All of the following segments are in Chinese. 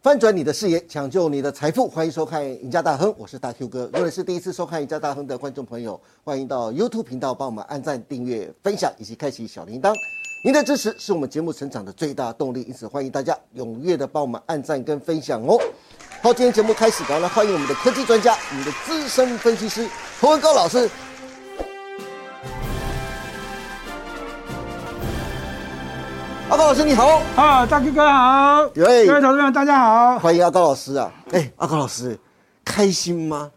翻转你的视野，抢救你的财富，欢迎收看《赢家大亨》，我是大 Q 哥。如果你是第一次收看《赢家大亨》的观众朋友，欢迎到 YouTube 频道帮我们按赞、订阅、分享以及开启小铃铛。您的支持是我们节目成长的最大动力，因此欢迎大家踊跃的帮我们按赞跟分享哦。好，今天节目开始，赶快来欢迎我们的科技专家，我们的资深分析师侯文高老师。阿高老师你好，啊，大 Q 哥好，各喂位投资朋友大家 好，欢迎阿高老师啊！哎、阿高老师，开心吗？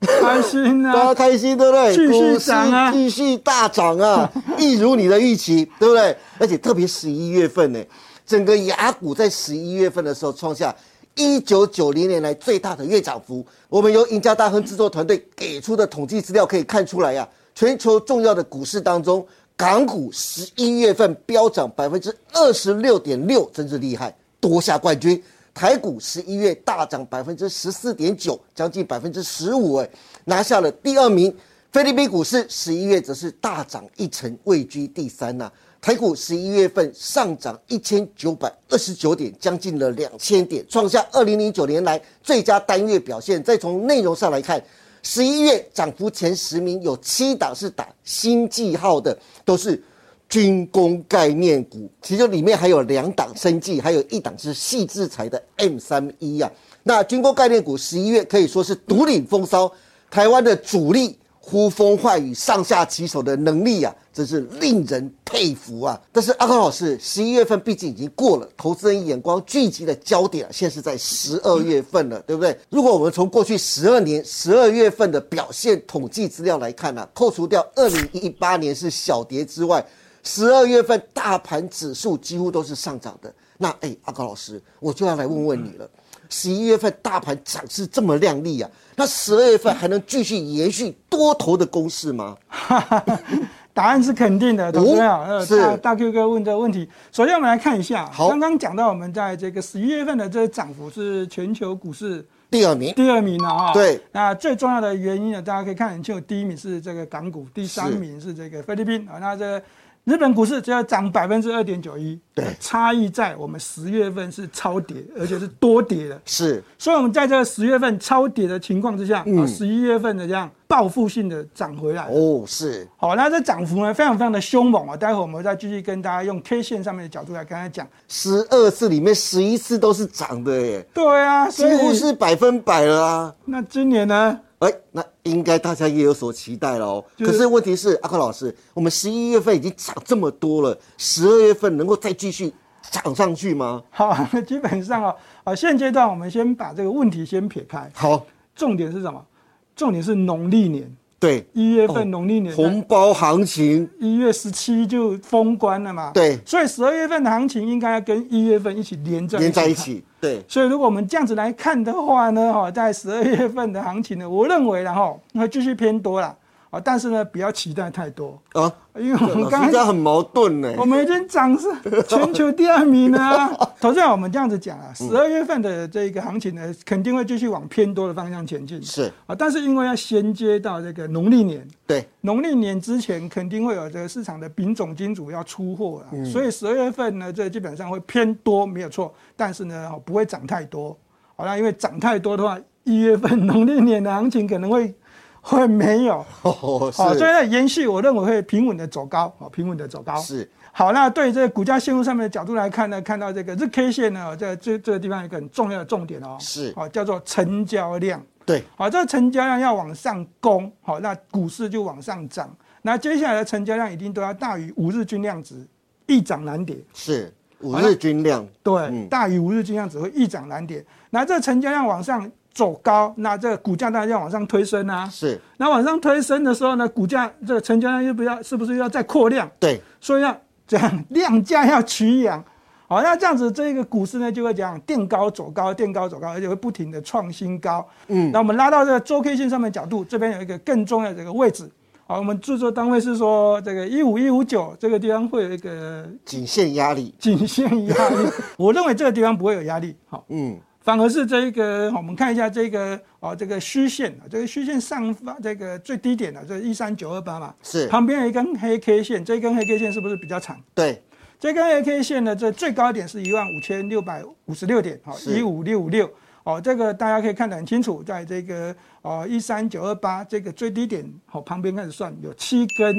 开心大家啊！开心，对不对？继续股市涨啊继续大涨啊，一如你的预期，对不对？而且特别十一月份呢，整个雅股在十一月份的时候创下一九九零年来最大的月涨幅。我们由赢家大亨制作团队给出的统计资料可以看出来呀、全球重要的股市当中，港股十一月份飙涨百分之二十六点六，真是厉害，夺下冠军。台股十一月大涨百分之十四点九，将近百分之十五，哎，拿下了第二名。菲律宾股市十一月则是大涨一成，位居第三呐、台股十一月份上涨一千九百二十九点，将近了两千点，创下二零零九年来最佳单月表现。再从内容上来看，十一月涨幅前十名有七档是打新记号的，都是军工概念股，其中里面还有两档生技，还有一档是细制材的 M 三一啊。那军工概念股十一月可以说是独领风骚，台湾的主力呼风唤雨、上下其手的能力啊，真是令人佩服啊！但是阿高老师，十一月份毕竟已经过了，投资人眼光聚集的焦点啊，现在是在十二月份了，对不对？如果我们从过去十二年十二月份的表现统计资料来看呢、啊，扣除掉二零一八年是小跌之外，十二月份大盘指数几乎都是上涨的。那哎，阿高老师，我就要来问问你了。十一月份大盘涨势这么靓丽啊，那十二月份还能继续延续多头的攻势吗？答案是肯定的，投资朋友，呃，哦是大大 Q 哥问的问题，首先我们来看一下，好刚刚讲到我们在这个十一月份的这个涨幅是全球股市第二名，第二名了哈、对，那最重要的原因呢，大家可以看很清楚，第一名是这个港股，第三名是这个菲律宾啊，那这个日本股市只要涨百分之二点九一，对差异在我们十月份是超跌，而且是多跌的。是所以我们在这个十月份超跌的情况之下，嗯啊，十一月份的这样报复性的涨回来。哦，是好，那这涨幅呢非常非常的凶猛啊！待会我们再继续跟大家用 K 线上面的角度来跟大家讲。十二次里面十一次都是涨的耶，对啊，几所以乎是百分百了啊！那今年呢， 哎，那应该大家也有所期待了哦。就是可是问题是，阿克老师，我们十一月份已经涨这么多了，十二月份能够再继续涨上去吗？好，那基本上啊，啊，现阶段我们先把这个问题先撇开，好，重点是什么？重点是农历年对，一月份，农历年哦红包行情，一月十七就封关了嘛。对所以十二月份的行情应该要跟一月份一起连在连在一看起，对，所以如果我们这样子来看的话呢，哈，在十二月份的行情呢，我认为然后会继续偏多啦，啊，但是呢，不要期待太多，啊，因为我们老刚师这才样很矛盾呢。我们已经 涨是全球第二名了、啊。投资人，我们这样子讲啊，嗯十二月份的这个行情呢，肯定会继续往偏多的方向前进。是啊，但是因为要衔接到这个农历年，对， 农历年之前肯定会有这个市场的丙种金主要出货了，嗯所以十二月份呢，这基本上会偏多，没有错。但是呢，哦不会涨太多。好那因为涨太多的话，一月份农历年的行情可能会会没有。哦，好，所以是呢，延续我认为会平稳的走高，好，平稳的走高。是，好，那对这个股价线路上面的角度来看呢，看到这个日 K 线呢，哦这这这个地方有一个很重要的重点哦，是好、叫做成交量。对，好，这个成交量要往上攻，好，那股市就往上涨。那接下来的成交量一定都要大于五日均量值，一涨难跌。是五好了日均量，对，嗯大于五日均量值会一涨难跌。那这个成交量往上走高，那这个股价当然要往上推升啊。是那往上推升的时候呢，股价这个成交量又不要是不是又要再扩量？对，所以要这样量价要齐扬。好，那这样子，这个股市呢就会怎样垫高走高，垫高走高，而且会不停的创新高。嗯，那我们拉到这个周 K 线上面角度，这边有一个更重要的这个位置。好，我们制作单位是说这个一五一五九这个地方会有一个颈线压力，颈线压力，我认为这个地方不会有压力。好，嗯，反而是这一个，我们看一下这个哦，这个虚线啊，这个虚线上方这个最低点的、这一三九二八嘛，是旁边有一根黑 K 线，这一根黑 K 线是不是比较长？对，所以刚才 K 线的这最高点是一万五千六百五十六点，好，是一五六五六，哦，这个大家可以看得很清楚，在这个哦一三九二八这个最低点，好、旁边开始算有七根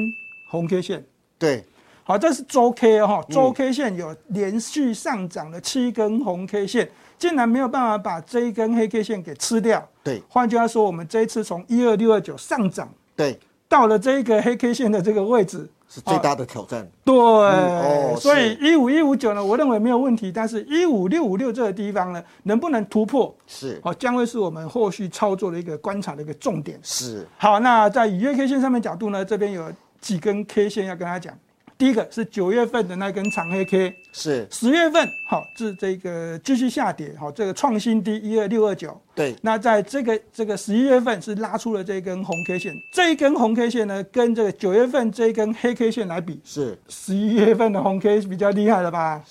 红 K 线，对，好，这是周 K 哦，嗯周 K 线有连续上涨了七根红 K 线，竟然没有办法把这一根黑 K 线给吃掉。对，换句话说，我们这一次从一二六二九上涨对，到了这一个黑 K 线的这个位置，是最大的挑战。对，哦所以是一五一五九呢，我认为没有问题，但是一五六五六这个地方呢，能不能突破，是哦，将会是我们后续操作的一个观察的一个重点。是，好，那在以月 K 线上面角度呢，这边有几根 K 线要跟大家讲。第一个是九月份的那根长黑 K，是，十月份好、是这个继续下跌，哦好、这个创新低一二六二九。对，那在这个这个十一月份是拉出了这根红 K 线，这一根红 K 线呢，跟这个九月份这一根黑 K 线来比，是十一月份的红 K 比较厉害了吧？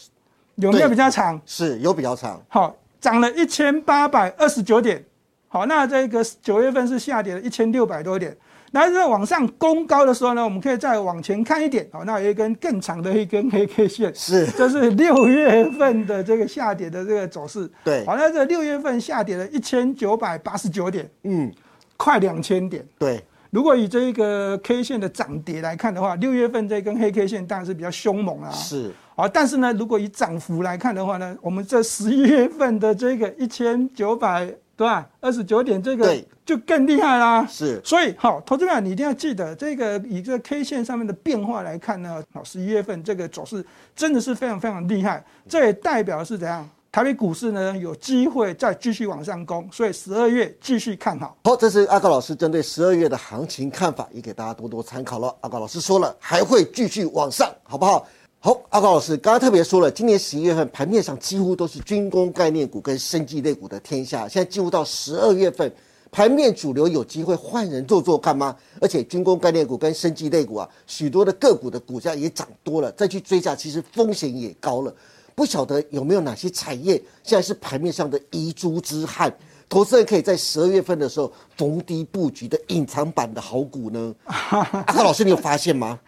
有没有对比较长？是有比较长，好，涨了一千八百二十九点。好，那这个九月份是下跌了一千六百多点。那在往上攻高的时候呢，我们可以再往前看一点。好，那有一根更长的一根黑 K 线，是这是六月份的这个下跌的这个走势。对，好，那这六月份下跌了一千九百八十九点，嗯，快两千点。对，如果以这一个 K 线的涨跌来看的话，六月份这根黑 K 线当然是比较凶猛啊啦、是好，但是呢，如果以涨幅来看的话呢，我们这十一月份的这个一千九百对吧，二十九点这个对就更厉害啦。是所以，好，投资者你一定要记得，这个以这个 K 线上面的变化来看呢，好，十一月份这个走势真的是非常非常厉害，这也代表是怎样？台北股市呢有机会再继续往上攻，所以十二月继续看好。好，这是阿高老师针对十二月的行情看法，也给大家多多参考了。阿高老师说了，还会继续往上，好不好？好，阿高老师刚刚特别说了，今年十一月份盘面上几乎都是军工概念股跟生技类股的天下，现在进入到十二月份，盘面主流有机会换人做做看吗？而且军工概念股跟生技类股啊，许多的个股的股价也涨多了，再去追价其实风险也高了。不晓得有没有哪些产业现在是盘面上的遗珠之憾，投资人可以在十二月份的时候逢低布局的隐藏版的好股呢？ 阿克老师，你有发现吗？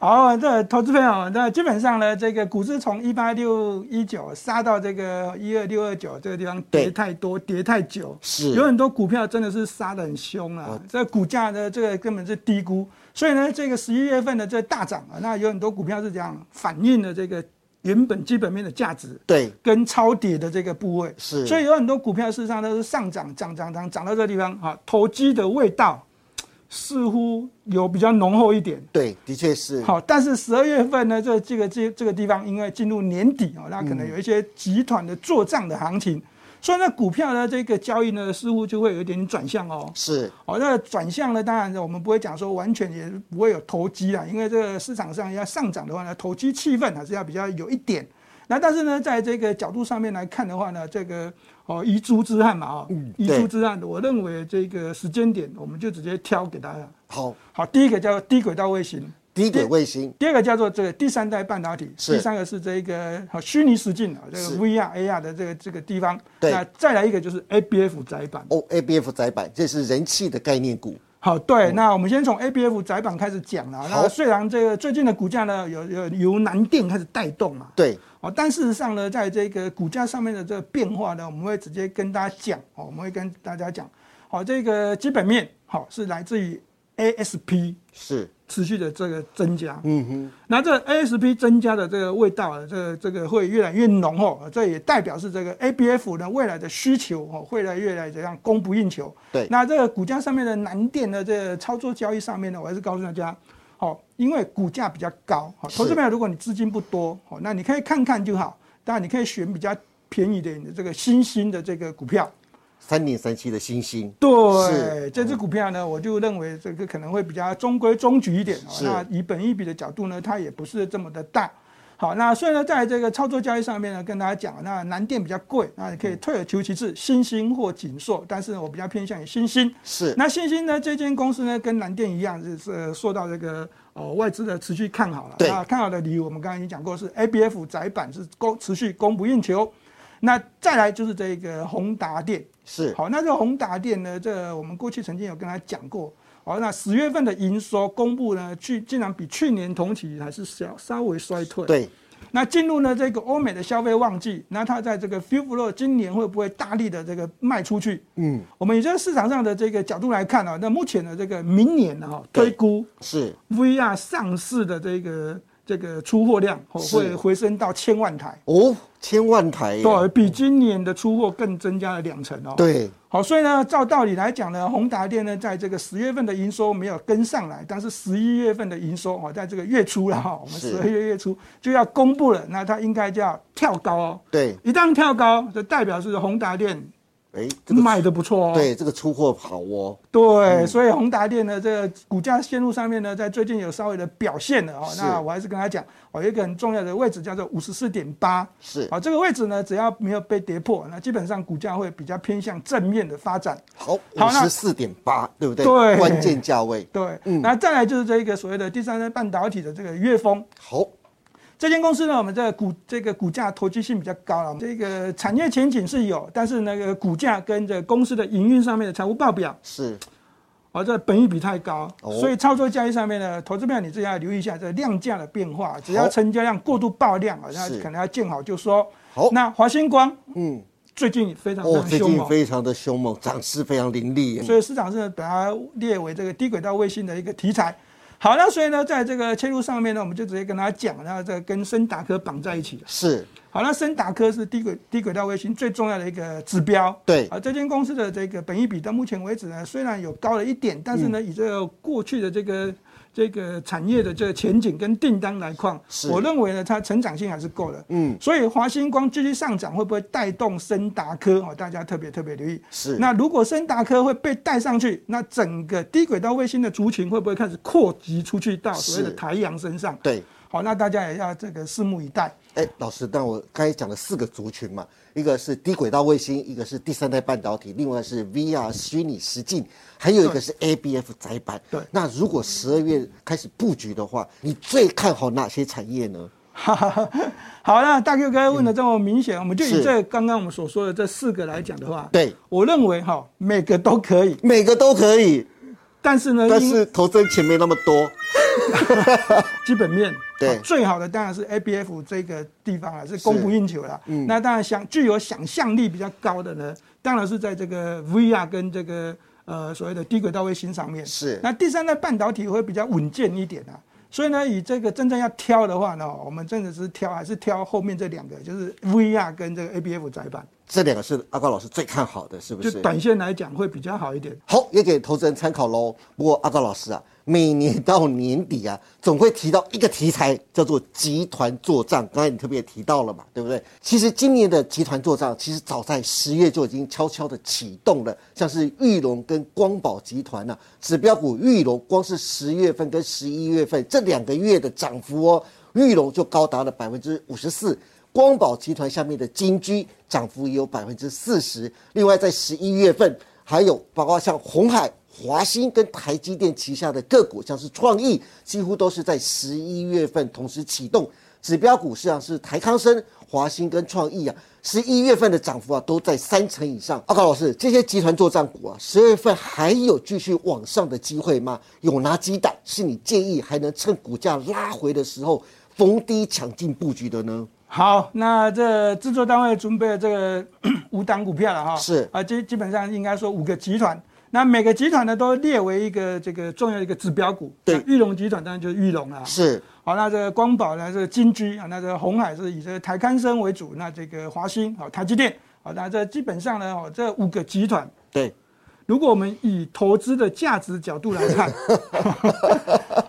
好，哦这投资朋友，那基本上呢，这个股市从一八六一九杀到这个一二六二九这个地方跌对太多，跌太久，是有很多股票真的是杀得很凶啊，这股价呢，这个根本是低估，所以呢，这个十一月份的这大涨啊，那有很多股票是这样反映了这个原本基本面的价值。对，跟超跌的这个部位是所以有很多股票事实上都是上涨，涨涨涨涨到这地方啊，投机的味道似乎有比较浓厚一点。对，的确是，好，但是十二月份呢，这这个这这个地方因为进入年底哦，那可能有一些集团的做账的行情，所以呢，股票的这个交易呢，似乎就会有一点转向哦。是哦，那转向呢，当然我们不会讲说完全也不会有投机啦，因为这个市场上要上涨的话呢，投机气氛还是要比较有一点。那但是呢，在这个角度上面来看的话呢，这个哦遗珠之憾嘛哦，遗珠对之憾，我认为这个时间点我们就直接挑给大家。好，好，第一个叫低轨道卫星。低轨卫星第二个叫做这个第三代半导体，是第三个是这一个好虚拟实境啊，这个是 VR、AR 的这个这个地方。对那再来一个就是 ABF 窄板。 O 哦 A B F 窄板，这是人气的概念股，好，对，那我们先从 ABF 窄板开始讲啦。嗯好那虽然这个最近的股价呢，有有由南电开始带动嘛，对，哦，但事实上呢，在这个股价上面的这个变化呢，我们会直接跟大家讲哦，我们会跟大家讲，好、这个基本面好、是来自于 ASP 是，持续的这个增加，嗯哼，那这 ASP 增加的这个味道啊，这个这个会越来越浓厚，这也代表是这个 ABF 呢未来的需求哦，会来越来这样供不应求。对那这个股价上面的难点呢，这个操作交易上面呢，我还是告诉大家，哦，因为股价比较高，哦，是投资朋友如果你资金不多，哦，那你可以看看就好，当然你可以选比较便宜一点的这个新兴的这个股票。三零三七的星星，对，是这只股票呢，我就认为这个可能会比较中规中矩一点哦。是那以本益比的角度呢，它也不是这么的大。好，那所以呢，在这个操作交易上面呢，跟大家讲，那南电比较贵，那你可以嗯退而求其次，新兴或锦硕，但是呢，我比较偏向于新兴。是那新兴呢，这间公司呢，跟南电一样，是是受到这个呃外资的持续看好了。对那看好的理由我们刚刚已经讲过，是 ABF 窄板是供持续供不应求。那再来就是这个宏达电，是好，那这个宏达电呢，这个我们过去曾经有跟他讲过。好，那十月份的营收公布呢，去竟然比去年同期还是小稍微衰退。，对，那进入呢这个欧美的消费旺季，那它在这个 Fuflo 今年会不会大力的这个卖出去？嗯，我们以这个市场上的这个角度来看啊，那目前的这个明年呢、哈对推估是 VR 上市的这个这个出货量哦是会回升到千万台，哦，千万台耶，对，比今年的出货更增加了两成哦。对，好，所以呢，照道理来讲呢，宏达电呢，在这个十月份的营收没有跟上来，但是十一月份的营收哦，在这个月初了哈、我们是十二月月初就要公布了，那它应该就要跳高哦。对，一旦跳高，就代表是宏达电哎，这个卖的不错哦。对这个出货好哦，对，所以宏达电呢，这个股价线路上面呢，在最近有稍微的表现了哦。是那我还是跟他讲，哦，有一个很重要的位置叫做五十四点八。哦是好，这个位置呢，只要没有被跌破，那基本上股价会比较偏向正面的发展。好五好那十四点八，对不对？对关键价位，对，嗯那再来就是这一个所谓的第三代半导体的这个月峰，好，这间公司呢，我们这个股这个股价投机性比较高了，这个产业前景是有，但是那个股价跟这公司的营运上面的财务报表，是哦，这本益比太高，哦所以操作交易上面呢，投资票你自己要留意一下这个量价的变化，只好要成交量过度爆量啊，那是可能要见好就收。好那华星光嗯，最近也非常非哦，常最凶近猛。非常的凶猛，涨势非常凌厉耶，所以市场是把它列为这个低轨道卫星的一个题材。好，那所以呢，在这个切入上面呢，我们就直接跟大家讲，然后这跟森达科绑在一起了。是好，那森达科是低轨低轨道卫星最重要的一个指标。对啊，这间公司的这个本益比到目前为止呢，虽然有高了一点，嗯但是呢，以这个过去的这个这个产业的这个前景跟订单来看是，我认为呢，它成长性还是够的。嗯，所以华星光继续上涨，会不会带动森达科？哦，大家特别特别留意。是，那如果森达科会被带上去，那整个低轨道卫星的族群会不会开始扩及出去到所谓的是台阳身上？对。好，那大家也要这个拭目以待。哎，老师，但我刚才讲了四个族群嘛，一个是低轨道卫星，一个是第三代半导体，另外是 VR 虚拟实境，还有一个是 ABF 窄板。对那如果十二月开始布局的话，你最看好哪些产业呢？哈哈哈 好，那大 Q 哥问的这么明显，我们就以是这刚刚我们所说的这四个来讲的话，对，我认为哈每个都可以，每个都可以，但是呢，但呃因为是投资人钱没那么多。基本面对好最好的当然是 ABF 这个地方了，是供不应求了。嗯那当然想具有想象力比较高的呢，当然是在这个 VR 跟这个呃所谓的低轨道卫星上面。是那第三代半导体会比较稳健一点啊。所以呢，以这个真正要挑的话呢，我们真的是挑还是挑后面这两个，就是 VR 跟这个 ABF 窄板，这两个是阿高老师最看好的，是不？就是短线来讲会比较好一点。好，也给投资人参考喽。不过阿高老师啊，每年到年底啊，总会提到一个题材，叫做集团作战。刚才你特别提到了嘛，对不对？其实今年的集团作战，其实早在十月就已经悄悄的启动了，像是玉龙跟光宝集团呐、指标股玉龙光是十月份跟十一月份这两个月的涨幅哦，玉龙就高达了百分之五十四。光宝集团下面的金居涨幅也有百分之四十，另外在十一月份还有包括像红海、华兴跟台积电旗下的个股，像是创意，几乎都是在十一月份同时启动。指标股市场是台康生、华兴跟创意啊，十一月份的涨幅啊都在三成以上。阿高老师，这些集团作战股啊，十二月份还有继续往上的机会吗？有哪几档是你建议还能趁股价拉回的时候逢低抢进布局的呢？好，那这制作单位准备了这个 五档股票了哈，是啊，基基本上应该说五个集团，那每个集团呢都列为一个这个重要的一个指标股，对那玉龙集团当然就是玉龙了，是好，那这个光宝呢是金居啊，那这个红海是以这个台康生为主，那这个华兴啊、台积电啊，那这基本上呢哦这五个集团，对，如果我们以投资的价值角度来 看，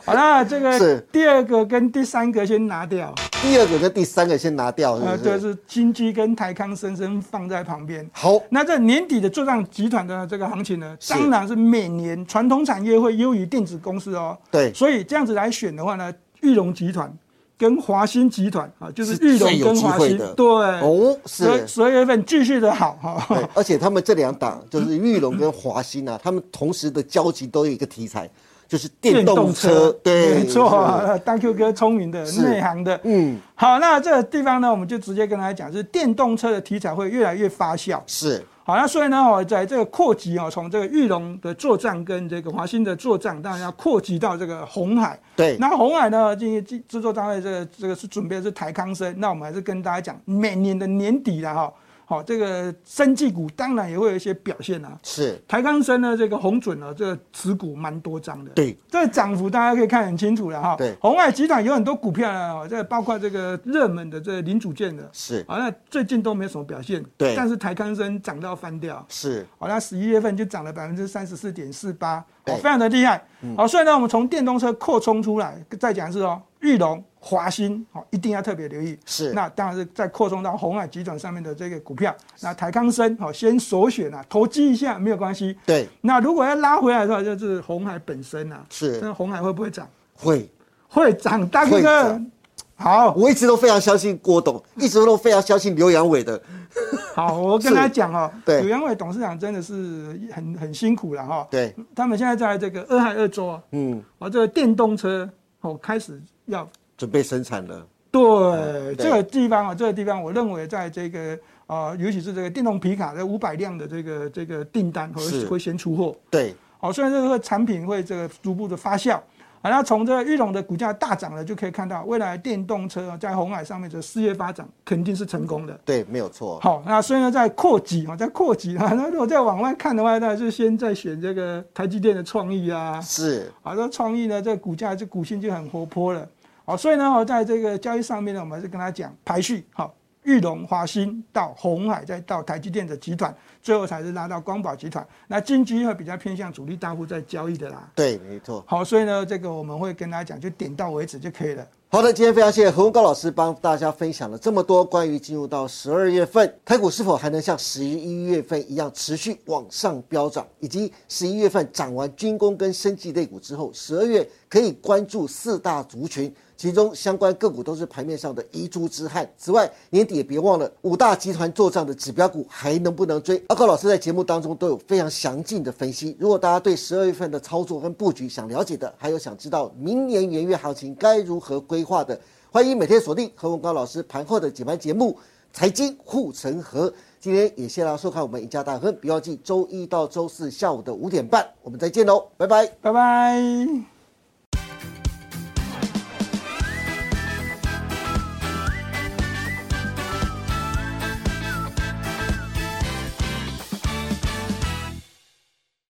好，那这是个第二个跟第三个先拿掉。第二个跟第三个先拿掉，是不呃，是？对，是金居跟台康深深放在旁边。好，那在年底的做账集团的这个行情呢，是当然是每年传统产业会优于电子公司哦。对，所以这样子来选的话呢，玉龙集团跟华兴集团啊，就是是玉龙最有跟机华会兴的，对，哦，所以是。十二月份继续的好对哈。，而且他们这两档就是玉龙跟华兴啊，他们同时的交集都有一个题材，就是电动车。对，没错是，啊，大 Q 哥聪明的，是内行的。嗯，好，那这个地方呢，我们就直接跟大家讲，是电动车的题材会越来越发酵。是好，那所以呢，我在这个扩及哦，从这个玉龙的作战跟这个华兴的作战，当然要扩及到这个红海。对，那红海呢，这制制作单位这个这个是准备的是台康生，那我们还是跟大家讲，每年的年底了哈，好、这个生技股当然也会有一些表现啊。是，台康生呢，这个红准呢，这个持股蛮多张的。对，这个涨幅大家可以看很清楚了哈。对红海集团有很多股票呢，哦，这包括这个热门的这个零组件的，是，啊，那最近都没有什么表现。对但是台康生涨到翻掉。是，好、那十一月份就涨了百分之三十四点四八，对嗯哦，非常的厉害。好、所以呢，我们从电动车扩充出来，再讲一次哦，裕隆、华兴，好、一定要特别留意。是那当然是再扩充到红海集团上面的这个股票，那台康生，好、先首选啊，投机一下没有关系。对，那如果要拉回来的话，就是红海本身啊，是那红海会不会涨？会。会涨，大哥会哥涨。好我一直都非常相信郭董，一直都非常相信刘阳伟的。好，我跟是他讲哦，对刘阳伟董事长真的是很很辛苦了哈、哦。对，他们现在在这个俄亥俄州啊，嗯，哦，这个电动车哦开始要准备生产了。对对这个地方啊，这个地方我认为在这个呃，尤其是这个电动皮卡的五百辆的这个这个订单哦是会会先出货，对，好、虽然这个产品会这个逐步的发酵，啊，那从这个玉龙的股价大涨了，就可以看到未来电动车啊在红海上面的事业发展肯定是成功的。对，没有错。好，那所以呢，在扩及啊，在扩及 啊，那如果再往外看的话，那就先在选这个台积电的创意啊，是，好，这创意呢，这股价这股性就很活泼了。好，所以呢，我在这个交易上面呢，我们还是跟他讲排序，好，玉龙、华兴到红海，再到台积电的集团，最后才是拉到光宝集团。那金居会比较偏向主力大户在交易的啦。对，没错。好，所以呢，这个我们会跟大家讲，就点到为止就可以了。好的，今天非常谢谢何文高老师帮大家分享了这么多关于进入到十二月份台股是否还能像十一月份一样持续往上飙涨，以及十一月份涨完军工跟生技类股之后，十二月可以关注四大族群，其中相关个股都是盘面上的遗珠之憾。此外，年底也别忘了五大集团做账的指标股还能不能追？阿高老师在节目当中都有非常详尽的分析，如果大家对十二月份的操作跟布局想了解的，还有想知道明年元月行情该如何规划的，欢迎每天锁定何文高老师盘后的解盘节目《财经护城河》。今天也谢谢大家收看我们赢家大亨，别忘记周一到周四下午的五点半，我们再见喽，拜拜。拜拜。